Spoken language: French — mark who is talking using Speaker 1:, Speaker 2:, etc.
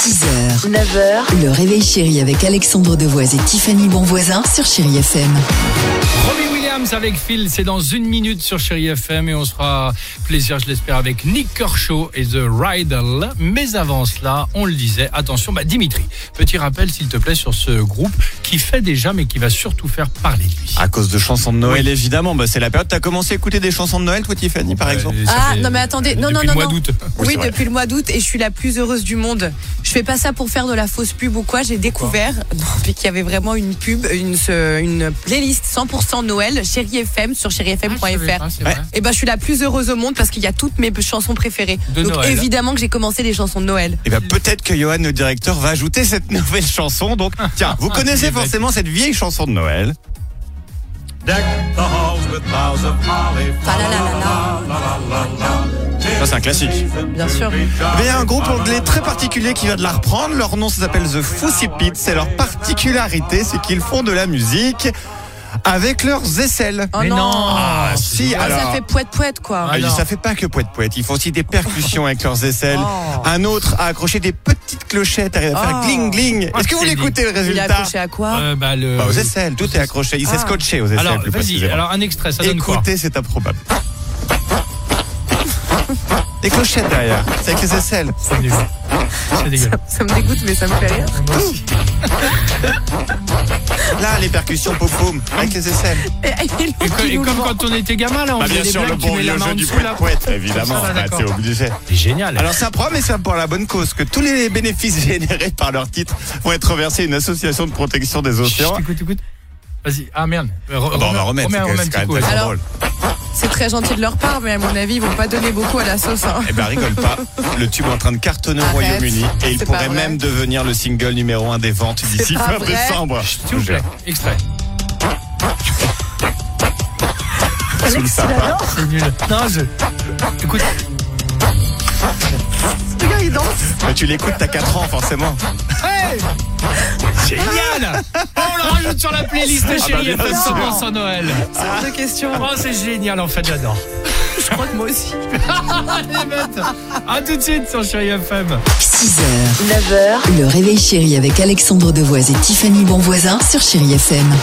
Speaker 1: 6h, 9h, le réveil chéri avec Alexandre Devoise et Tiffany Bonvoisin sur Chéri FM.
Speaker 2: Robbie Williams avec Phil, c'est dans une minute sur Chéri FM et on se fera plaisir, je l'espère, avec Nick Kershaw et The Riddle. Mais avant cela, on le disait, attention, bah Dimitri, petit rappel s'il te plaît sur ce groupe qui fait déjà mais qui va surtout faire parler de lui.
Speaker 3: À cause de chansons de Noël, évidemment. Bah, c'est la période. T'as commencé à écouter des chansons de Noël, toi, Tiffany,
Speaker 4: Bah,
Speaker 3: par exemple
Speaker 2: Euh, ça
Speaker 5: Ah
Speaker 2: fait,
Speaker 5: non mais
Speaker 2: euh,
Speaker 5: attendez, non
Speaker 2: depuis
Speaker 5: non
Speaker 2: le
Speaker 5: non
Speaker 2: mois
Speaker 5: non.
Speaker 2: d'août.
Speaker 3: Oui, c'est
Speaker 5: Oui,
Speaker 3: vrai.
Speaker 5: depuis le mois d'août et je suis la plus heureuse du monde. Je fais pas ça pour faire de la fausse pub ou quoi, j'ai découvert non, mais qu'il y avait vraiment une pub, une ce- une playlist 100% Noël chérie FM sur
Speaker 3: Ah,
Speaker 5: chérifm.fr. et ben je suis la plus heureuse au monde parce qu'il y a toutes mes chansons préférées.
Speaker 2: De
Speaker 5: Donc
Speaker 2: Noël.
Speaker 5: évidemment que j'ai commencé des chansons de Noël.
Speaker 3: Et bien Eh ben, peut-être que Johan, le directeur, va ajouter cette nouvelle chanson. Donc, tiens, vous
Speaker 2: Il
Speaker 3: connaissez
Speaker 2: est bête.
Speaker 3: forcément cette vieille chanson de Noël.
Speaker 4: Deck the halls with boughs of holly.
Speaker 5: Fa la la la la.
Speaker 3: Ça, c'est un classique.
Speaker 5: Bien sûr.
Speaker 3: Mais il y a un groupe anglais très particulier qui vient de la reprendre. Leur nom ça s'appelle The Fussy Pits. C'est leur particularité, c'est qu'ils font de la musique avec leurs aisselles.
Speaker 5: Oh
Speaker 2: Mais non.
Speaker 3: Ah, si,
Speaker 5: Ah,
Speaker 3: alors.
Speaker 5: ça fait poète poète quoi.
Speaker 3: Ah,
Speaker 2: Alors.
Speaker 3: Ça fait pas que poète poète, ils font aussi des percussions avec leurs aisselles.
Speaker 5: Oh.
Speaker 3: Un autre a accroché des petites clochettes, arrive à faire
Speaker 5: Oh.
Speaker 3: gling gling.
Speaker 2: Ah,
Speaker 3: Est-ce que vous
Speaker 2: c'est
Speaker 3: l'écoutez le
Speaker 5: Il est
Speaker 3: résultat
Speaker 5: accroché à quoi
Speaker 2: Euh, bah, le-
Speaker 3: Bah, Aux aisselles, tout est accroché. Il s'est
Speaker 5: Ah.
Speaker 3: scotché aux aisselles.
Speaker 2: Alors,
Speaker 3: plus
Speaker 2: vas-y,
Speaker 3: précisément.
Speaker 2: alors un extrait, ça donne quoi
Speaker 3: Écoutez, c'est improbable. Des clochettes derrière, c'est avec les aisselles.
Speaker 2: C'est nul. C'est dégueulasse.
Speaker 5: Ça me dégoûte mais ça me fait rire.
Speaker 3: Là, les percussions pom-pom avec les aisselles.
Speaker 5: Et, et l'autre,
Speaker 2: Et co-
Speaker 5: il
Speaker 2: Et
Speaker 5: nous le
Speaker 2: comme
Speaker 5: vend.
Speaker 2: quand on était gamin, là, on
Speaker 3: Bah,
Speaker 2: faisait
Speaker 3: bien
Speaker 2: des
Speaker 3: sûr, le
Speaker 2: blagues, tu
Speaker 3: bon
Speaker 2: mets la
Speaker 3: vieux
Speaker 2: main en
Speaker 3: jeu du
Speaker 2: dessous, là.
Speaker 3: poète-poète, évidemment.
Speaker 2: Ah,
Speaker 3: Bah,
Speaker 2: d'accord.
Speaker 3: t'es obligé.
Speaker 2: C'est génial.
Speaker 3: Alors ça prend, mais ça pour la bonne cause, que tous les bénéfices générés par leur titre vont être reversés à une association de protection des
Speaker 2: Chut,
Speaker 3: océans.
Speaker 2: écoute, écoute. Vas-y, ah merde. Re-
Speaker 3: Bon, on va remettre,
Speaker 2: remets-
Speaker 3: c'est
Speaker 2: remets un
Speaker 3: quand-
Speaker 2: petit
Speaker 3: c'est quand même
Speaker 2: coup,
Speaker 3: tellement
Speaker 2: ouais.
Speaker 5: Alors-
Speaker 3: drôle.
Speaker 5: C'est très gentil de leur part mais à mon avis ils vont pas donner beaucoup à la sauce. hein.
Speaker 3: Eh ben rigole pas, le tube est en train de cartonner au
Speaker 5: Arrête,
Speaker 3: Royaume-Uni et il
Speaker 5: c'est pas
Speaker 3: pourrait
Speaker 5: vrai.
Speaker 3: même devenir le single numéro un des ventes d'ici
Speaker 5: pas
Speaker 3: fin
Speaker 5: vrai.
Speaker 3: décembre.
Speaker 2: S'il vous plaît, extrait.
Speaker 3: Sous le sapin.
Speaker 2: C'est nul. Non, je. Écoute,
Speaker 5: Regarde, il danse.
Speaker 3: Bah, tu l'écoutes, t'as 4 ans forcément.
Speaker 2: génial Oh, On le rajoute sur la playlist de Chérie
Speaker 3: Ah, bah, bien
Speaker 2: FM
Speaker 3: sûr.
Speaker 2: 100% Noël.
Speaker 5: C'est hors de question.
Speaker 2: Oh, c'est génial, en fait, j'adore.
Speaker 5: Je crois que moi aussi.
Speaker 2: Allez, bête À tout de suite sur Chérie FM.
Speaker 1: 6h, 9h, le réveil chéri avec Alexandre Devoise et Tiffany Bonvoisin sur Chéri FM.